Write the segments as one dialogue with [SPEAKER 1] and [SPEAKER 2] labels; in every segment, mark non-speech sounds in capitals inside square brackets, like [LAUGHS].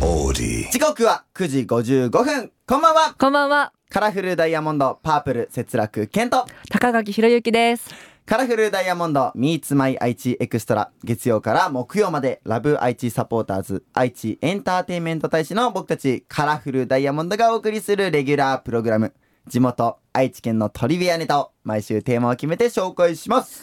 [SPEAKER 1] body.
[SPEAKER 2] 時刻は9時55分。こんばんは。
[SPEAKER 3] こんばんは、
[SPEAKER 2] カラフルダイヤモンド、パープル、節楽、ケント。
[SPEAKER 3] 高垣ひろゆきです。
[SPEAKER 2] カラフルダイヤモンド、ミーツマイ愛知エクストラ。月曜から木曜まで、ラブ愛知サポーターズ、愛知エンターテインメント大使の僕たち、カラフルダイヤモンドがお送りするレギュラープログラム。地元、愛知県のトリビアネタを毎週テーマを決めて紹介します。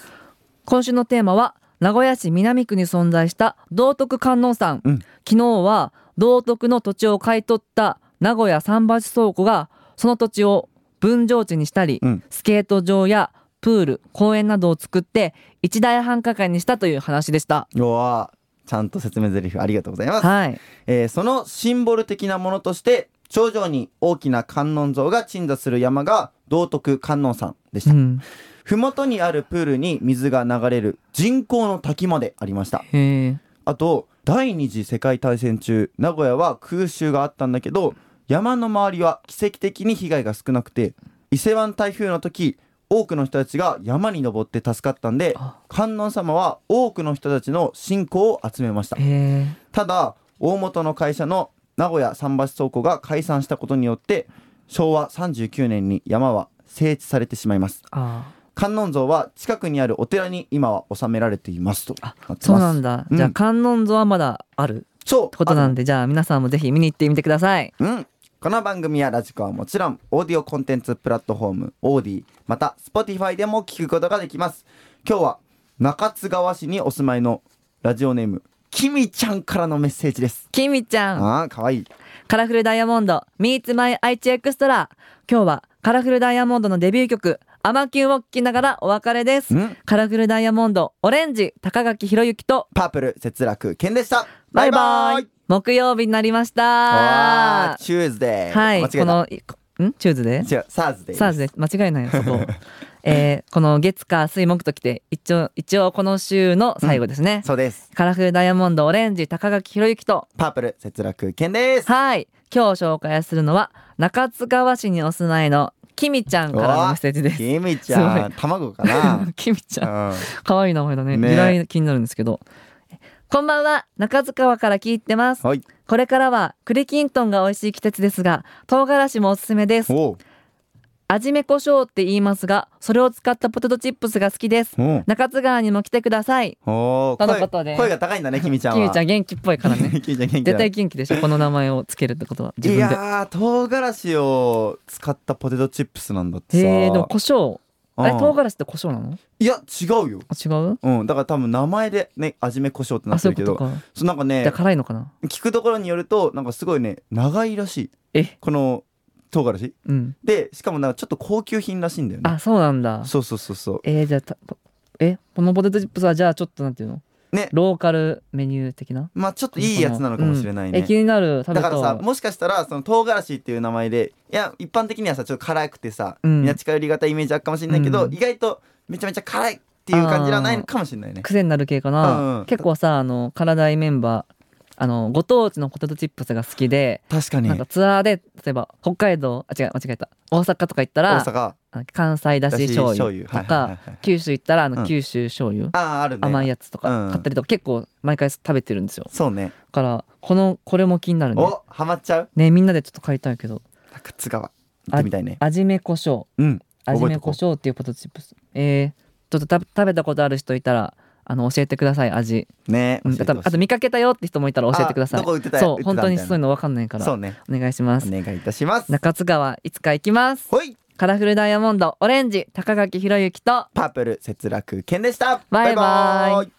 [SPEAKER 3] 今週のテーマは、名古屋市南区に存在した道徳観音さん。
[SPEAKER 2] うん
[SPEAKER 3] 昨日は道徳の土地を買い取った名古屋桟橋倉庫が、その土地を分譲地にしたり、
[SPEAKER 2] うん
[SPEAKER 3] スケート場やプール、公園などを作って、一大繁華街にしたという話でした。
[SPEAKER 2] うわーちゃんと説明台詞ありがとうございます。
[SPEAKER 3] はい。
[SPEAKER 2] えーそのシンボル的なものとして頂上に大きな観音像が鎮座する山が道徳観音山でし
[SPEAKER 3] う
[SPEAKER 2] た、
[SPEAKER 3] ん。
[SPEAKER 2] 麓にあるプールに水が流れる人工の滝までありました
[SPEAKER 3] へえ。
[SPEAKER 2] あと第二次世界大戦中名古屋は空襲があったんだけど山の周りは奇跡的に被害が少なくて伊勢湾台風の時多くの人たちが山に登って助かったんで
[SPEAKER 3] あ
[SPEAKER 2] 観音様は多くの人たちの信仰を集めました
[SPEAKER 3] へえ。
[SPEAKER 2] ただ大元の会社の名古屋桟橋倉庫が解散したことによって昭和39年に山は整地されてしまいます
[SPEAKER 3] あ
[SPEAKER 2] 観音像は近くにあるお寺に今は納められていますとなってま
[SPEAKER 3] あ。
[SPEAKER 2] す
[SPEAKER 3] そうなんだ。
[SPEAKER 2] うん
[SPEAKER 3] じゃあ観音像はまだある
[SPEAKER 2] そう
[SPEAKER 3] ってことなんで、じゃあ皆さんもぜひ見に行ってみてください。
[SPEAKER 2] うんこの番組やラジコはもちろんオーディオコンテンツプラットフォームオーディまた Spotify でも聞くことができます今日は中津川市にお住まいのラジオネームきみちゃんからのメッセージです
[SPEAKER 3] きみちゃん。
[SPEAKER 2] ああかわいい
[SPEAKER 3] カラフルダイヤモンド Meets My 愛知エクストラ今日はカラフルダイヤモンドのデビュー曲アマキュンを聴きながらお別れです
[SPEAKER 2] うん
[SPEAKER 3] カラフルダイヤモンドオレンジ高垣ひろゆきと
[SPEAKER 2] パープル節楽健でした
[SPEAKER 3] バイバイ木曜日になりました
[SPEAKER 2] あ
[SPEAKER 3] は
[SPEAKER 2] ーチューズデー。
[SPEAKER 3] い
[SPEAKER 2] 間違
[SPEAKER 3] このんチューズ
[SPEAKER 2] え
[SPEAKER 3] で
[SPEAKER 2] た。違う、サーズデー。
[SPEAKER 3] サーズで間違いないよそこ [LAUGHS] えー、この月火水木ときて一応一応この週の最後ですね、
[SPEAKER 2] そうです。
[SPEAKER 3] カラフルダイヤモンドオレンジ高垣ひろゆきと
[SPEAKER 2] パープル、節楽、健です。
[SPEAKER 3] はい今日紹介するのは中津川市にお住まいのきみちゃんからのメッセージです
[SPEAKER 2] きみちゃん、卵か
[SPEAKER 3] [LAUGHS]
[SPEAKER 2] な
[SPEAKER 3] きみちゃん
[SPEAKER 2] うん。
[SPEAKER 3] 可愛い名前だね
[SPEAKER 2] ね
[SPEAKER 3] 由来気になるんですけどこんばんは中津川から聞いてます
[SPEAKER 2] はい。
[SPEAKER 3] これからは栗きんとんが美味しい季節ですが唐辛子もおすすめです
[SPEAKER 2] おう。
[SPEAKER 3] 味め胡椒って言いますがそれを使ったポテトチップスが好きです
[SPEAKER 2] おう
[SPEAKER 3] 中津川にも来てください
[SPEAKER 2] おう。
[SPEAKER 3] との
[SPEAKER 2] 声
[SPEAKER 3] ことで
[SPEAKER 2] 声が高いんだね、きみちゃん
[SPEAKER 3] き
[SPEAKER 2] は。
[SPEAKER 3] みちゃん元気っぽいか
[SPEAKER 2] [LAUGHS]
[SPEAKER 3] らね
[SPEAKER 2] きみちゃん元気
[SPEAKER 3] 絶
[SPEAKER 2] だ
[SPEAKER 3] 対
[SPEAKER 2] ね。
[SPEAKER 3] 元気でしょこの名前をつけるってことは自
[SPEAKER 2] い
[SPEAKER 3] 分で
[SPEAKER 2] やー、唐辛子を使ったポテトチップスなんだってさ。
[SPEAKER 3] へえでも胡椒あれ
[SPEAKER 2] うん
[SPEAKER 3] 唐辛子って胡椒なの
[SPEAKER 2] いや、違うよ。
[SPEAKER 3] あ違う
[SPEAKER 2] うん、だから多分名前でね味め胡椒ってな
[SPEAKER 3] あ
[SPEAKER 2] って
[SPEAKER 3] そう
[SPEAKER 2] る
[SPEAKER 3] いう
[SPEAKER 2] け
[SPEAKER 3] こと
[SPEAKER 2] ど
[SPEAKER 3] か
[SPEAKER 2] そうなんか
[SPEAKER 3] じゃあ
[SPEAKER 2] ね
[SPEAKER 3] 辛いのかな
[SPEAKER 2] 聞くところによるとなんかすごいね長いらしい
[SPEAKER 3] え
[SPEAKER 2] この唐辛子
[SPEAKER 3] うん
[SPEAKER 2] でしかもなんかちょっと高級品らしいんだよね
[SPEAKER 3] あそうなんだ
[SPEAKER 2] そうそうそうそう
[SPEAKER 3] えー、じゃあたえこのポテトチップスはじゃあちょっとなんていうの
[SPEAKER 2] ね
[SPEAKER 3] ローカルメニュー的な
[SPEAKER 2] まあちょっといいやつなのかもしれない
[SPEAKER 3] うん
[SPEAKER 2] ね
[SPEAKER 3] え、気になる食べ
[SPEAKER 2] だ
[SPEAKER 3] た
[SPEAKER 2] か
[SPEAKER 3] い
[SPEAKER 2] らさもしかしたらその唐辛子っていう名前でいや一般的にはさちょっと辛くてさ、
[SPEAKER 3] うん
[SPEAKER 2] みんな近寄りがたいイメージあるかもしれないけど、
[SPEAKER 3] うん
[SPEAKER 2] 意外とめちゃめちゃ辛いっていう感じではないのかもしれないね
[SPEAKER 3] 癖になる系かな、
[SPEAKER 2] うんうん
[SPEAKER 3] 結構さあの体いメンバーあのご当地のポテトチップスが好きで、
[SPEAKER 2] 確かに
[SPEAKER 3] なんか
[SPEAKER 2] 大
[SPEAKER 3] ツアーで例えば北海道あ違う間違えた大阪とか行ったら
[SPEAKER 2] 阪
[SPEAKER 3] あの関西だし醤油とか、
[SPEAKER 2] はいはいはいはい
[SPEAKER 3] 九州行ったらあの、
[SPEAKER 2] うん
[SPEAKER 3] 九州醤油
[SPEAKER 2] あああるね
[SPEAKER 3] 甘いやつと
[SPEAKER 2] う
[SPEAKER 3] か
[SPEAKER 2] ん
[SPEAKER 3] 買ったりとか、結構毎回食べてるんですよ
[SPEAKER 2] そうね
[SPEAKER 3] だからこのこれも気になるね
[SPEAKER 2] おハマっちゃう
[SPEAKER 3] ねみんなでちょっと買いたいけど
[SPEAKER 2] 中津川行ってみたいね
[SPEAKER 3] 味め胡椒
[SPEAKER 2] うん
[SPEAKER 3] 味
[SPEAKER 2] 覚え
[SPEAKER 3] め
[SPEAKER 2] とこ
[SPEAKER 3] 胡
[SPEAKER 2] う
[SPEAKER 3] 椒っていうポテトチップスえー、ちょっとた食べたことある人いたらあの教えてください味
[SPEAKER 2] ね
[SPEAKER 3] うん
[SPEAKER 2] 教えて
[SPEAKER 3] あと
[SPEAKER 2] ほしい
[SPEAKER 3] あと見かけたよって人もいたら教えてくださ
[SPEAKER 2] あ
[SPEAKER 3] い
[SPEAKER 2] どこ売ってた売
[SPEAKER 3] そ
[SPEAKER 2] って
[SPEAKER 3] う
[SPEAKER 2] た
[SPEAKER 3] 本当に
[SPEAKER 2] みたいな
[SPEAKER 3] そういうの分かんないから
[SPEAKER 2] そうね
[SPEAKER 3] お願いしま
[SPEAKER 2] お
[SPEAKER 3] す
[SPEAKER 2] 願いいたします
[SPEAKER 3] 中津川いつか行きます
[SPEAKER 2] ほい
[SPEAKER 3] カラフルダイヤモンドオレンジ高垣ひろゆきと
[SPEAKER 2] パープル節楽健でした
[SPEAKER 3] バイバイ